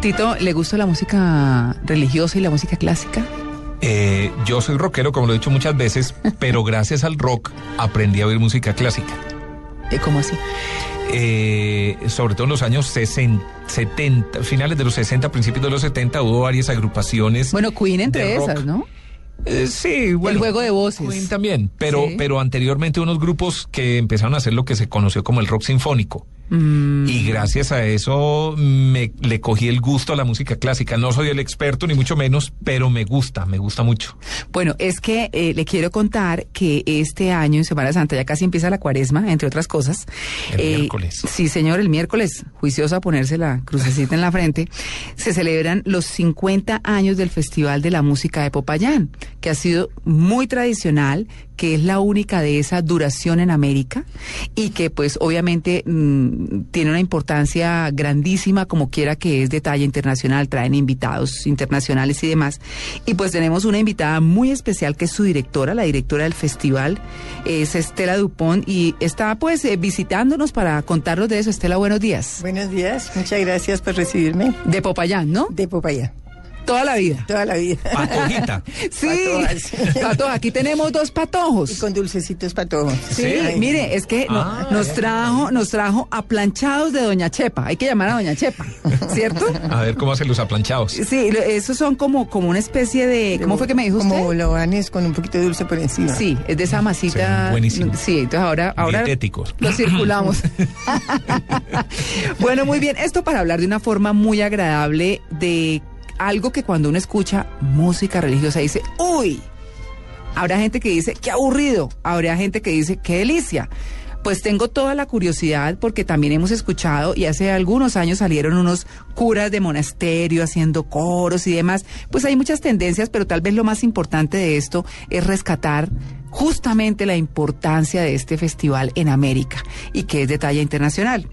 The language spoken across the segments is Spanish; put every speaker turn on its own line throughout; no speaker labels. Tito, ¿le gusta la música religiosa y la música clásica?
Eh, yo soy rockero, como lo he dicho muchas veces, pero gracias al rock aprendí a oír música clásica.
Eh, ¿Cómo así?
Eh, sobre todo en los años 60, 70, finales de los 60, principios de los 70, hubo varias agrupaciones.
Bueno, Queen
de
entre
rock.
esas, ¿no?
Eh, sí, bueno.
juego de voces.
Queen también, pero,
Sí.
pero anteriormente unos grupos que empezaron a hacer lo que se conoció como el rock sinfónico.
Mm,
Y gracias a eso me, le cogí el gusto a la música clásica. No soy el experto, ni mucho menos, pero me gusta, me gusta mucho.
Bueno, es que eh, le quiero contar que este año, en Semana Santa, ya casi empieza la cuaresma, entre otras cosas. Eh,
El miércoles.
Sí, señor, el miércoles, juicioso a ponerse la crucecita en la frente, se celebran los 50 años del Festival de la Música de Popayán, que ha sido muy tradicional, que es la única de esa duración en América y que pues obviamente mm, tiene una importancia grandísima como quiera que es de talla internacional, traen invitados internacionales y demás. Y pues tenemos una invitada muy especial que es su directora, la directora del festival, es Estela Dupont y está pues eh, visitándonos para contarnos de eso. Estela, buenos días.
Buenos días, muchas gracias por recibirme
De Popayán, ¿no?
de Popayá,
Toda la vida.
toda la
Ah.
vida.
Patojita.
Sí,
Patojas.
patojos. Aquí tenemos dos patojos.
Y con dulcecitos para todos.
Sí, mire, es que no-
Ah,
nos trajo, nos trajo aplanchados de Doña Chepa. Hay que llamar a Doña Chepa, ¿cierto?
A ver cómo hacen los aplanchados.
Sí, lo- esos son como, como una especie de, ¿cómo fue que me dijo
Como
usted?
bolovanes con un poquito de dulce por encima.
Sí, es de esa masita.
Sí, buenísimo.
Sí, entonces ahora, ahora
Dietéticos.
lo circulamos. bueno, muy bien. Esto para hablar de una forma muy agradable de algo que cuando uno escucha música religiosa dice, uy, habrá gente que dice, qué aburrido, habrá gente que dice, qué delicia. Pues tengo toda la curiosidad porque también hemos escuchado y hace algunos años salieron unos curas de monasterio haciendo coros y demás. Pues hay muchas tendencias, pero tal vez lo más importante de esto es rescatar justamente la importancia de este festival en América y que es de talla internacional.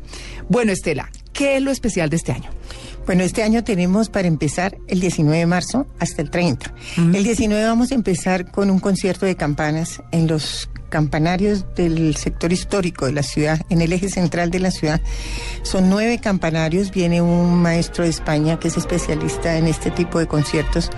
Bueno, Estela, ¿qué es lo especial de este año?
Bueno, este año tenemos para empezar el 19 de marzo hasta el 30. El 19 vamos a empezar con un concierto de campanas en los campanarios del sector histórico de la ciudad, en el eje central de la ciudad. Son nueve campanarios, viene un maestro de España que es especialista en este tipo de conciertos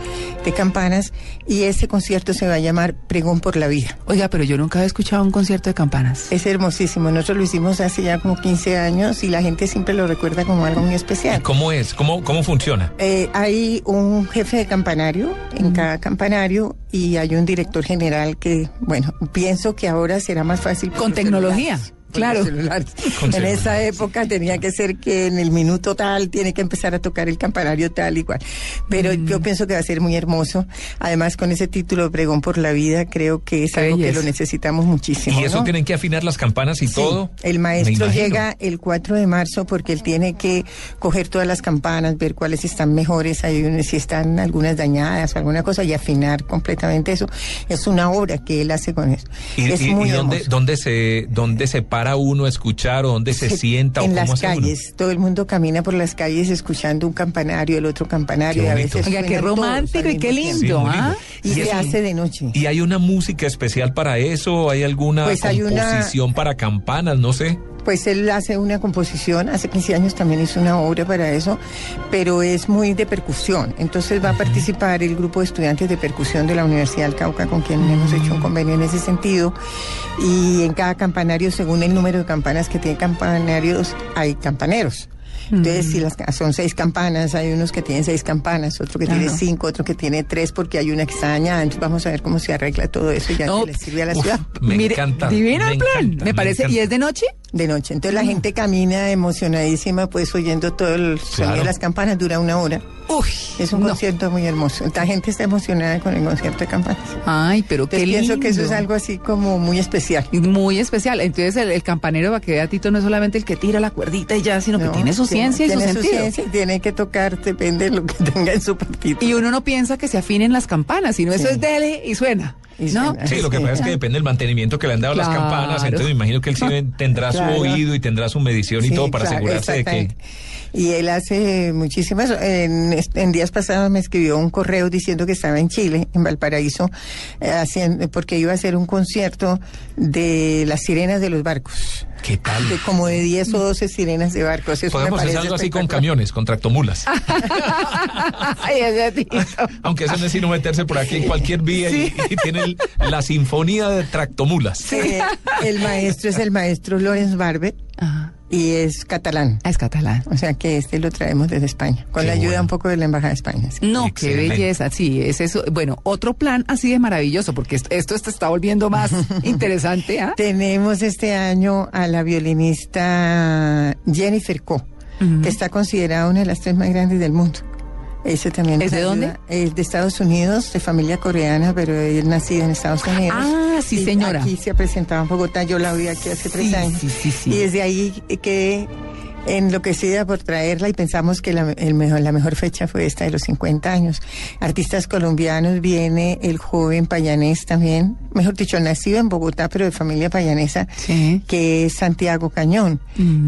de campanas y ese concierto se va a llamar Pregón por la Vida.
Oiga, pero yo nunca había escuchado un concierto de campanas.
Es hermosísimo, nosotros lo hicimos hace ya como 15 años y la gente siempre lo recuerda como algo muy especial.
¿Y cómo es? ¿Cómo, cómo funciona?
Eh, hay un jefe de campanario en cada campanario y hay un director general que, bueno, pienso que ahora será más fácil. por
Con
los
tecnología,
celulares, por
claro.
los celulares.
Con
en
celulares.
esa época tenía que ser que en el minuto tal tiene que empezar a tocar el campanario tal igual. Pero yo pienso que va a ser muy hermoso. Además, con ese título de Pregón por la Vida, creo que es
Qué
algo que
belleza.
lo necesitamos muchísimo.
¿Y eso
¿no?
tienen que afinar las campanas y
Sí,
todo?
El
Me
maestro
imagino.
llega el 4 de marzo porque él tiene que coger todas las campanas, ver cuáles están mejores, hay unas- si están algunas dañadas o alguna cosa y afinar completamente eso. Es una obra que él hace con eso.
¿Y,
es
y- y
muy
dónde,
hermoso.
dónde, se, dónde se para uno a escuchar o dónde se, sienta o
en
cómo
las
hace uno?
calles, todo el mundo camina por las calles escuchando un campanario, el otro campanario,
Qué
y a
bonito.
veces
Oiga, qué
suenan todos
romántico
al
y qué
mismo tiempo.
Sí,
lindo,
muy
¿ah?
Y,
Y
se
es-
hace de noche.
¿Y hay una música especial para eso? ¿Hay alguna
Pues hay una-
composición para campanas? No sé.
Pues él hace una composición, hace 15 años también hizo una obra para eso, pero es muy de percusión. Entonces va a participar el grupo de estudiantes de percusión de la Universidad del Cauca, con quien hemos hecho
Mm.
un convenio en ese sentido. Y en cada campanario, según el número de campanas que tiene campanarios, hay campaneros. Entonces,
Mm.
si las ca- son seis campanas, hay unos que tienen seis campanas, otro que tiene
Claro.
cinco, otro que tiene tres, porque hay una que está dañada. Entonces, vamos a ver cómo se arregla todo eso y ya
No.
que le sirve a la
Uf,
ciudad
me
Mire,
encanta.
Divino
me
el plan.
encanta,
me parece. ¿Y
encanta.
es de noche?
de noche. Entonces, la gente camina emocionadísima, pues oyendo todo el sonido
Claro.
de las campanas, dura una hora.
Uy.
Es un
no.
concierto muy hermoso. La gente está emocionada con el concierto de campanas.
Ay, pero qué
Entonces, pienso que eso es
lindo.
algo así como muy especial.
Muy especial. Entonces, el, el campanero vaquedatito no es solamente el que tira la cuerdita y ya, sino que
No,
tiene su ciencia y su
tiene
sentido.
ciencia y tiene que tocar, depende de lo que tenga en su partido.
Y uno no piensa que se afinen las campanas, sino eso
Sí.
es dele y suena.
Y
¿No?
suena.
Sí, lo que pasa es que depende del mantenimiento que le han dado las
Claro.
campanas, entonces me imagino que él sí tendrá su
Claro.
oído y tendrá su medición y
Sí,
todo para
claro,
asegurarse de que...
exactamente. Y él hace muchísimas... En, en días pasados me escribió un correo diciendo que estaba en Chile, en Valparaíso, eh, haciendo, porque iba a hacer un concierto de las sirenas de los barcos.
¿Qué tal?
De como de 10 o 12 sirenas de barcos. Eso me
Podemos hacer
parece
algo así con
espectacular.
camiones, con tractomulas.
Ay, ese tipo.
Aunque eso no es sino meterse por aquí en cualquier vía y- y, tiene el- la sinfonía de tractomulas.
Eh, el maestro es el maestro Lorenz Barbe
Ajá.
y Ah, es catalán.
Ah, Es catalán.
O sea que este lo traemos desde España, con
Qué
la ayuda
bueno.
un poco de la Embajada de España. sí.
No,
Excelente.
qué belleza, sí, es eso. Bueno, otro plan así de maravilloso, porque esto, esto se está volviendo más interesante. ¿ah?
Tenemos este año a la violinista Jennifer Co, que está considerada una de las tres más grandes del mundo. Eso también
¿Es
nos
de dónde?
ayuda. Es de Estados Unidos, de familia coreana, pero es nacida en Estados Unidos.
Ah, sí,
Y
señora.
Aquí se ha presentado en Bogotá, yo la vi aquí hace tres
Sí,
años.
sí, sí, sí.
Y desde ahí quedé enloquecida por traerla y pensamos que la, el mejor, la mejor fecha fue esta de los 50 años. Artistas colombianos, viene el joven payanés también, mejor dicho, nacido en Bogotá, pero de familia payanesa,
Sí.
que es Santiago Cañón.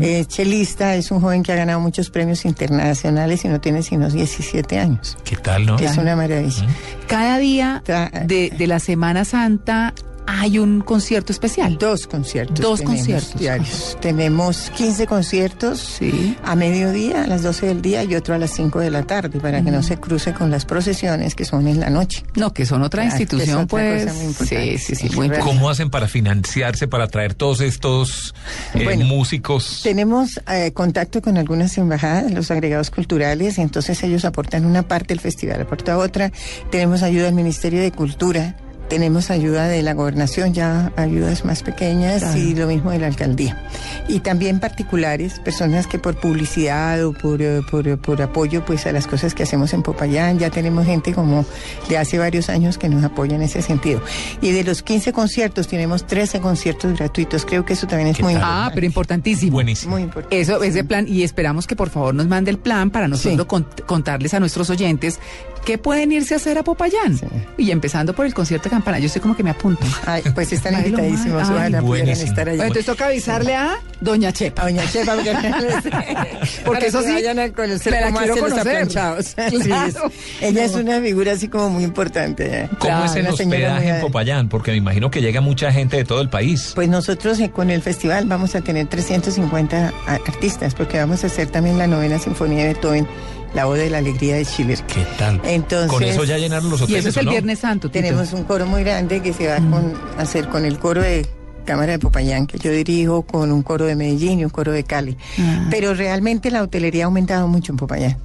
Eh, chelista, es un joven que ha ganado muchos premios internacionales y no tiene sino 17 años.
¿Qué tal, no?
que Es una maravilla.
Cada día
Tra-
de, de la Semana Santa hay un concierto especial.
Dos conciertos.
Dos
tenemos
conciertos.
Diarios. Tenemos 15 conciertos
Sí.
a mediodía, a las 12 del día y otro a las 5 de la tarde para que no se cruce con las procesiones que son en la noche.
No, que son otra
Ah, que es
institución,
otra
pues.
cosa muy importante.
sí, sí, sí, muy importante.
¿Cómo hacen para financiarse, para traer todos estos eh,
Bueno,
músicos?
Tenemos eh, contacto con algunas embajadas, los agregados culturales, entonces ellos aportan una parte, el festival aporta otra. Tenemos ayuda del Ministerio de Cultura, tenemos ayuda de la gobernación, ya ayudas más pequeñas
Claro.
y lo mismo de la alcaldía. Y también particulares, personas que por publicidad o por, eh, por, eh, por apoyo pues a las cosas que hacemos en Popayán, ya tenemos gente como de hace varios años que nos apoya en ese sentido. Y de los 15 conciertos, tenemos 13 conciertos gratuitos, creo que eso también es
¿Qué
muy
tal?
importante.
Ah, pero importantísimo.
Buenísimo.
Muy importante.
Eso,
sí.
ese plan, y esperamos que por favor nos mande el plan para nosotros
Sí.
cont- contarles a nuestros oyentes qué pueden irse a hacer a Popayán.
Sí.
Y empezando por el concierto de campana, yo estoy como que me apunto.
Ay, pues están
Ay, lo mal.
invitadísimos.
Ay,
Ojalá pudieran
buenísimo.
estar allá.
Bueno, entonces toca avisarle a Doña Chepa.
A Doña Chepa, porque,
Porque
para
eso
que
sí,
vayan a
me
conocer
la
cómo
quiero
hacen los
conocer.
aplanchados. Así es.
Claro.
Ella es una figura así como muy importante.
¿Cómo es el
una señora
hospedaje
muy-
en Popayán? Porque me imagino que llega mucha gente de todo el país.
Pues nosotros eh, con el festival vamos a tener 350 a- artistas, porque vamos a hacer también la novena sinfonía de Beethoven, La Voz de la Alegría de Schiller.
¿Qué tal?
Entonces-
Con eso ya llenaron los
Y
hoteles,
eso es
¿o
el
no?
Viernes Santo. Tito.
Tenemos un coro muy grande que se va con-
Mm.
a hacer con el coro de Cámara de Popayán, que yo dirijo, con un coro de Medellín y un coro de Cali.
Ah.
Pero realmente la hotelería ha aumentado mucho en Popayán.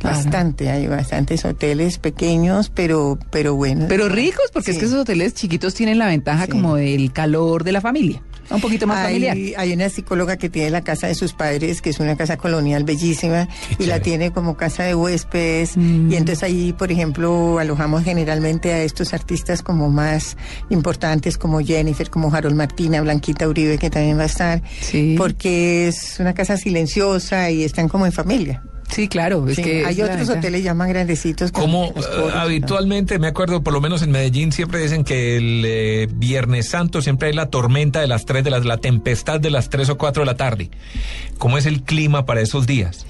Claro.
Bastante, hay bastantes hoteles pequeños, pero, pero buenos.
Pero ricos, porque es
Sí.
que esos hoteles chiquitos tienen la ventaja
Sí.
como del calor de la familia. Un poquito más
hay,
familiar.
hay una psicóloga que tiene la casa de sus padres, que es una casa colonial bellísima,
Qué
y la
chévere.
tiene como casa de huéspedes.
Mm.
Y entonces ahí, por ejemplo, alojamos generalmente a estos artistas como más importantes, como Jennifer, como Harold Martina, Blanquita Uribe, que también va a estar,
Sí.
porque es una casa silenciosa y están como en familia.
Sí, claro. Es
Sí,
que es
hay
la
otros
ventaja.
hoteles ya más grandecitos. que
Como
los
eh,
pobres, ¿no?
habitualmente, me acuerdo, por lo menos en Medellín siempre dicen que el eh, Viernes Santo siempre hay la tormenta de las 3 de las, la tempestad de las 3 o 4 de la tarde. ¿Cómo es el clima para esos días?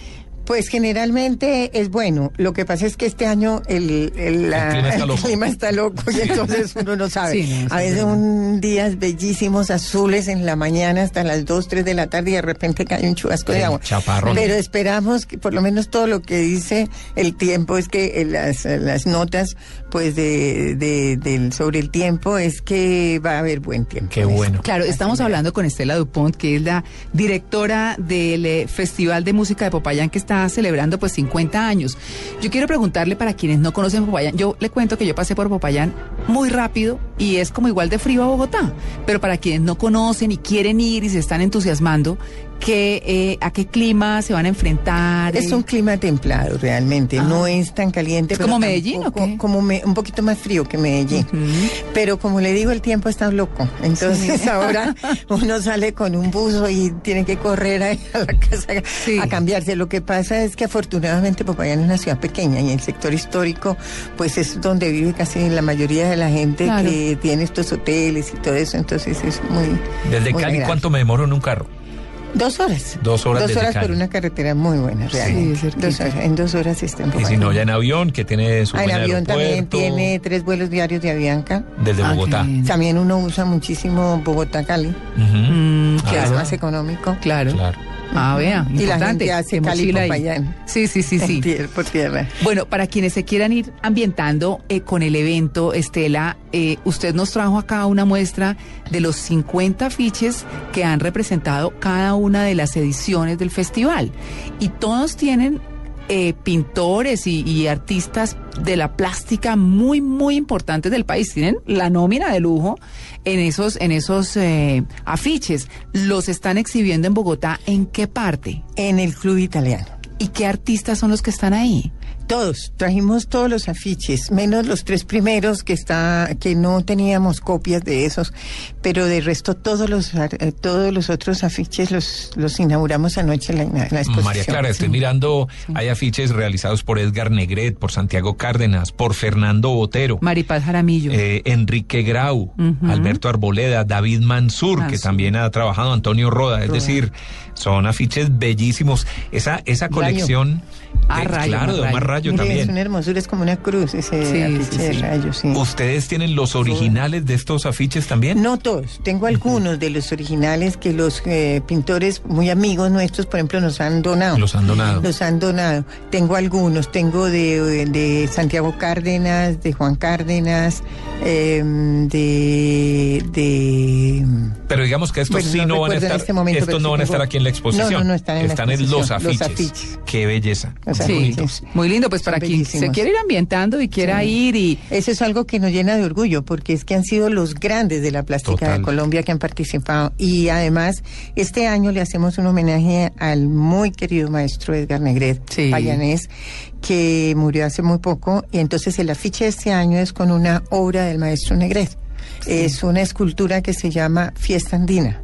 Pues generalmente es bueno. Lo que pasa es que este año el, el- la-
El clima está
el
loco.
clima está loco y entonces uno no sabe.
Sí, no, eso
a
es
veces
verdad.
un días bellísimos azules en la mañana hasta las 2, 3 de la tarde y de repente cae un chubasco
El
de agua.
chaparrón.
Pero esperamos que por lo menos todo lo que dice el tiempo es que eh, las, eh, las notas pues de, de- del sobre el tiempo es que va a haber buen tiempo.
Qué bueno.
Claro, estamos hablando con Estela Dupont, que es la directora del eh, Festival de Música de Popayán, que está celebrando pues 50 años. Yo quiero preguntarle para quienes no conocen Popayán, yo le cuento que yo pasé por Popayán muy rápido y es como igual de frío a Bogotá, pero para quienes no conocen y quieren ir y se están entusiasmando, ¿qué, eh, ¿a qué clima se van a enfrentar?
Es
eh?
un clima templado realmente,
Ah.
no es tan caliente.
¿Es
pero
como Medellín o
tampoco-
qué?
Como me- un poquito más frío que Medellín.
Ujú.
Pero como le digo, el tiempo está loco. Entonces
Sí.
ahora uno sale con un buzo y tiene que correr a, a la casa
Sí.
a cambiarse. Lo que pasa es que afortunadamente Popayán es una ciudad pequeña y el sector histórico pues es donde vive casi la mayoría de la gente
Claro.
que tiene estos hoteles y todo eso. Entonces es muy...
Desde
muy
Cali,
agradable.
¿cuánto me demoro en un carro?
Dos horas.
Dos horas
Dos
desde
horas
Cali.
por una carretera muy buena, realmente.
Sí, es cerquita.
Dos horas. En dos horas está en
Y si
Popayán.
no, ya en avión, que tiene su
Ah, en
buen
avión también
aeropuerto.
tiene tres vuelos diarios de Avianca.
Desde
Ah, qué
Bogotá.
bien.
También uno usa muchísimo Bogotá-Cali,
Ujú,
Mm,
que es
claro,
más económico.
claro.
Claro.
Ah, vea,
Y la
importante.
gente hace
que
Cali
mochila ahí.
Popayán.
Sí, sí, sí, sí.
en tier- Por tierra.
Bueno, para quienes se quieran ir ambientando eh, con el evento, Estela, eh, usted nos trajo acá una muestra de los 50 afiches que han representado cada una de las ediciones del festival. Y todos tienen eh, pintores y, y artistas de la plástica muy, muy importantes del país. Tienen la nómina de lujo en esos, en esos eh, afiches. Los están exhibiendo en Bogotá. ¿En qué parte?
En el club italiano.
¿Y qué artistas son los que están ahí?
Todos, trajimos todos los afiches, menos los tres primeros que está, que no teníamos copias de esos, pero de resto todos los ar- eh, todos los otros afiches los, los inauguramos anoche en la, ina- la exposición.
María Clara, este, estoy mirando, hay afiches realizados por Edgar Negret, por Santiago Cárdenas, por Fernando Botero,
Maripaz Jaramillo.
eh, Enrique Grau,
Ujú.
Alberto Arboleda, David Mansur, que
Ah,
Mansur.
también ha trabajado, Antonio Roda, es decir, son afiches bellísimos. Esa, esa
Rayo.
colección, eh,
Ah, Rayo,
claro, de
Omar
Omar Rayo
Mire, Es una
también.
hermosura, es como una cruz ese
Sí,
afiche
sí,
de
sí.
rayos. sí.
¿Ustedes tienen los originales de estos afiches también?
No todos, tengo algunos de los originales que los eh, pintores muy amigos nuestros, por ejemplo, nos han donado.
Los han donado.
Los han donado. Tengo algunos, tengo de, de Santiago Cárdenas, de Juan Cárdenas, em, de... de
Pero digamos que estos
Bueno,
sí
no
no, van a
recuerdo en
estar,
este momento,
estos
pero
no
sí
van a
tengo-
estar aquí en la
No,
exposición.
no, no están en la
los
exposición,
afiches.
los afiches.
Qué belleza.
los
Qué
Sí,
bonito.
afiches.
muy lindo, pues
Son
para quien se
bellísimos.
quiere ir ambientando y quiera ir y...
Eso es algo que nos llena de orgullo porque es que han sido los grandes de la plástica
Total.
de Colombia que han participado y además este año le hacemos un homenaje al muy querido maestro Edgar Negret
Sí.
payanés que murió hace muy poco y entonces el afiche de este año es con una obra del maestro Negret. Es una escultura que se llama Fiesta Andina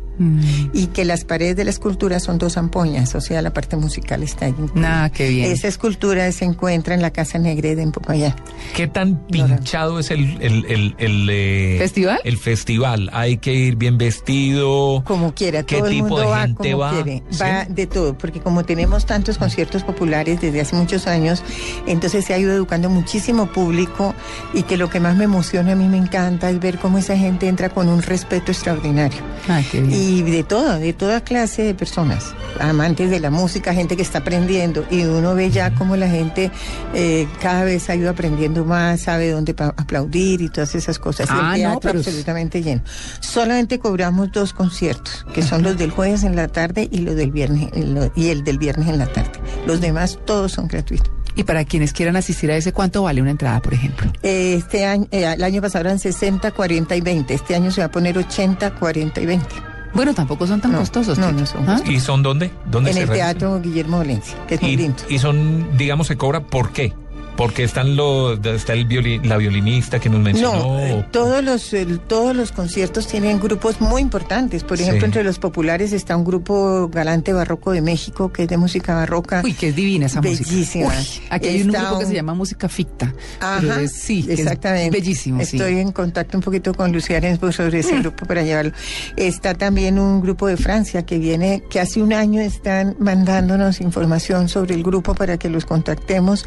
y que las paredes de la escultura son dos ampoñas, o sea, la parte musical está ahí.
Nada, qué bien.
Esa escultura se encuentra en la Casa Negret en Popayán.
¿Qué tan pinchado es el, el, el, el, eh,
¿Festival?
El festival. Hay que ir bien vestido.
Como quiera,
¿Qué
todo el
tipo
mundo
de
va
gente
como
va?
quiere,
¿Sí?
va de todo, porque como tenemos tantos conciertos populares desde hace muchos años, entonces se ha ido educando muchísimo público y que lo que más me emociona, a mí me encanta, es ver cómo esa gente entra con un respeto extraordinario.
Ah, qué bien.
Y de todo, de toda clase de personas, amantes de la música, gente que está aprendiendo, y uno ve ya cómo la gente eh, cada vez ha ido aprendiendo más, sabe dónde pa- aplaudir y todas esas cosas. Y
Ah, no,
el teatro
pero es-
absolutamente lleno. Solamente cobramos dos conciertos, que son los del jueves en la tarde y los del viernes en lo- y el del viernes en la tarde. Los demás todos son gratuitos.
Y para quienes quieran asistir a ese, ¿cuánto vale una entrada, por ejemplo?
Eh, Este año, eh, el año pasado eran 60, 40 y 20. Este año se va a poner 80, 40 y 20.
Bueno, tampoco son tan
No,
costosos.
no,
Tito.
no son
¿Ah?
¿Y son dónde? ¿Dónde
En
se
el
realiza?
teatro Guillermo Valencia, que es muy
Y,
lindo.
y son, digamos, se cobra por qué. Porque están los, está el violi- la violinista que nos mencionó.
No, eh, todos los eh, todos los conciertos tienen grupos muy importantes. Por ejemplo,
Sí.
entre los populares está un grupo galante barroco de México que es de música barroca.
Uy, que es divina esa
Bellísima.
música. Uy, aquí hay un
Está
grupo que
un-
se llama Música Ficta.
Ajá,
pero es- sí, que es
exactamente.
bellísimo, sí. Mm.
Estoy en contacto un poquito con Lucía Arensburg sobre ese grupo para llevarlo. Está también un grupo de Francia que viene, que hace un año están mandándonos información sobre el grupo para que los contactemos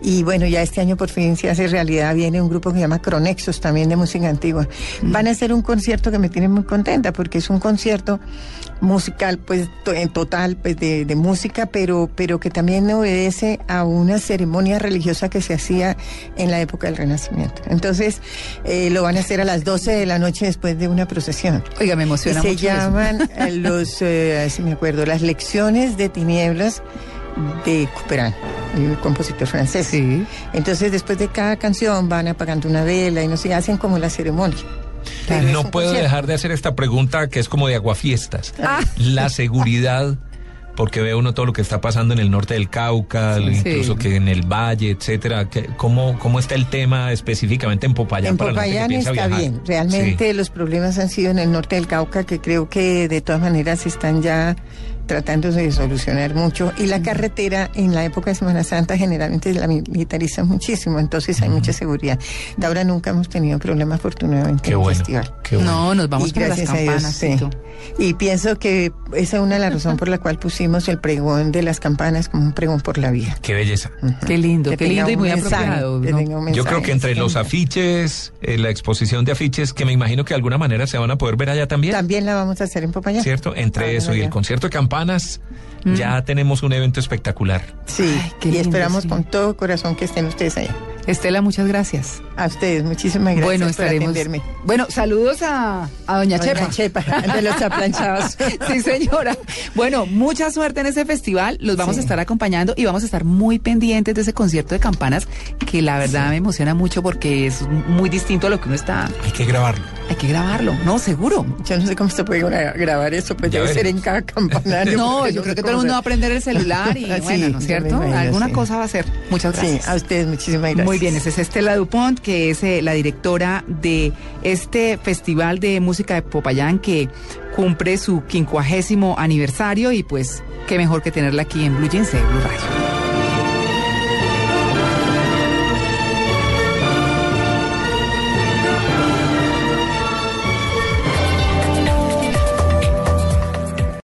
y bueno, ya este año por fin se hace realidad, viene un grupo que se llama Cronexos, también de música antigua.
Mm.
Van a hacer un concierto que me tiene muy contenta, porque es un concierto musical, pues to- en total, pues de, de música, pero, pero que también obedece a una ceremonia religiosa que se hacía en la época del Renacimiento. Entonces, eh, lo van a hacer a las 12 de la noche después de una procesión.
Oiga, me
Y
emociona
se
mucho. eso.
llaman eh, los, eh, si me acuerdo, las lecciones de tinieblas de Couperin, el compositor francés.
Sí.
Entonces, después de cada canción van apagando una vela y no sé, hacen como la ceremonia. Claro, es
no
un
puedo
concierto.
dejar de hacer esta pregunta que es como de aguafiestas.
Ah.
La seguridad, porque ve uno todo lo que está pasando en el norte del Cauca,
Sí.
incluso
Sí.
que en el Valle, etcétera. que- ¿Cómo, ¿Cómo está el tema específicamente en Popayán?
En
para la gente que
Popayán
piensa
está
viajar?
bien. Realmente los problemas han sido en el norte del Cauca, que creo que de todas maneras están ya tratándose de solucionar mucho. Y la carretera en la época de Semana Santa generalmente la militarizan muchísimo, entonces hay mucha seguridad. De ahora nunca hemos tenido problemas, afortunadamente,
Qué
en el
bueno.
festival.
qué bueno.
No, nos vamos
Y
por las
gracias a Dios,
campanas.
sí.
Tito.
Y pienso que esa es una de las razones por la cual pusimos el pregón de las campanas como un pregón por la vida.
Qué belleza.
Qué lindo,
Que
qué
tenga
lindo y
un
muy
mensaje,
apropiado.
que
¿no?
tenga un
Yo
mensaje.
creo que entre los afiches, eh, la exposición de afiches, que me imagino que de alguna manera se van a poder ver allá también.
También la vamos a hacer en Popayán.
¿Cierto? Entre
Ah,
eso y el
allá.
concierto de campanas, ya tenemos un evento espectacular.
Sí,
Ay, qué
y
lindo,
esperamos
sí.
con todo corazón que estén ustedes allá.
Estela, muchas gracias.
A ustedes, muchísimas gracias
bueno,
por
estaremos.
atenderme.
Bueno, saludos a, a Doña Chepa.
Doña Chepa, de los aplanchados.
sí, señora. Bueno, mucha suerte en ese festival. Los vamos a estar acompañando y vamos a estar muy pendientes de ese concierto de campanas que la verdad me emociona mucho porque es muy distinto a lo que uno está.
Hay que grabarlo.
Hay que grabarlo, ¿no? Seguro.
Yo no sé cómo se puede gra- grabar eso, pues
Ya
debe ser en
veremos.
cada campanario.
No,
porque
yo creo
sé
que todo el
cómo
mundo va a
se-
aprender el celular y
Sí,
bueno, ¿no es
yo
cierto?
me imagino,
Alguna
sí.
cosa va a ser. Muchas gracias.
Sí, a ustedes muchísimas gracias.
Muy bien, esa es Estela Dupont, que es eh, la directora de este Festival de Música de Popayán que cumple su quincuagésimo aniversario y pues qué mejor que tenerla aquí en Blue Jeans de Blue Radio.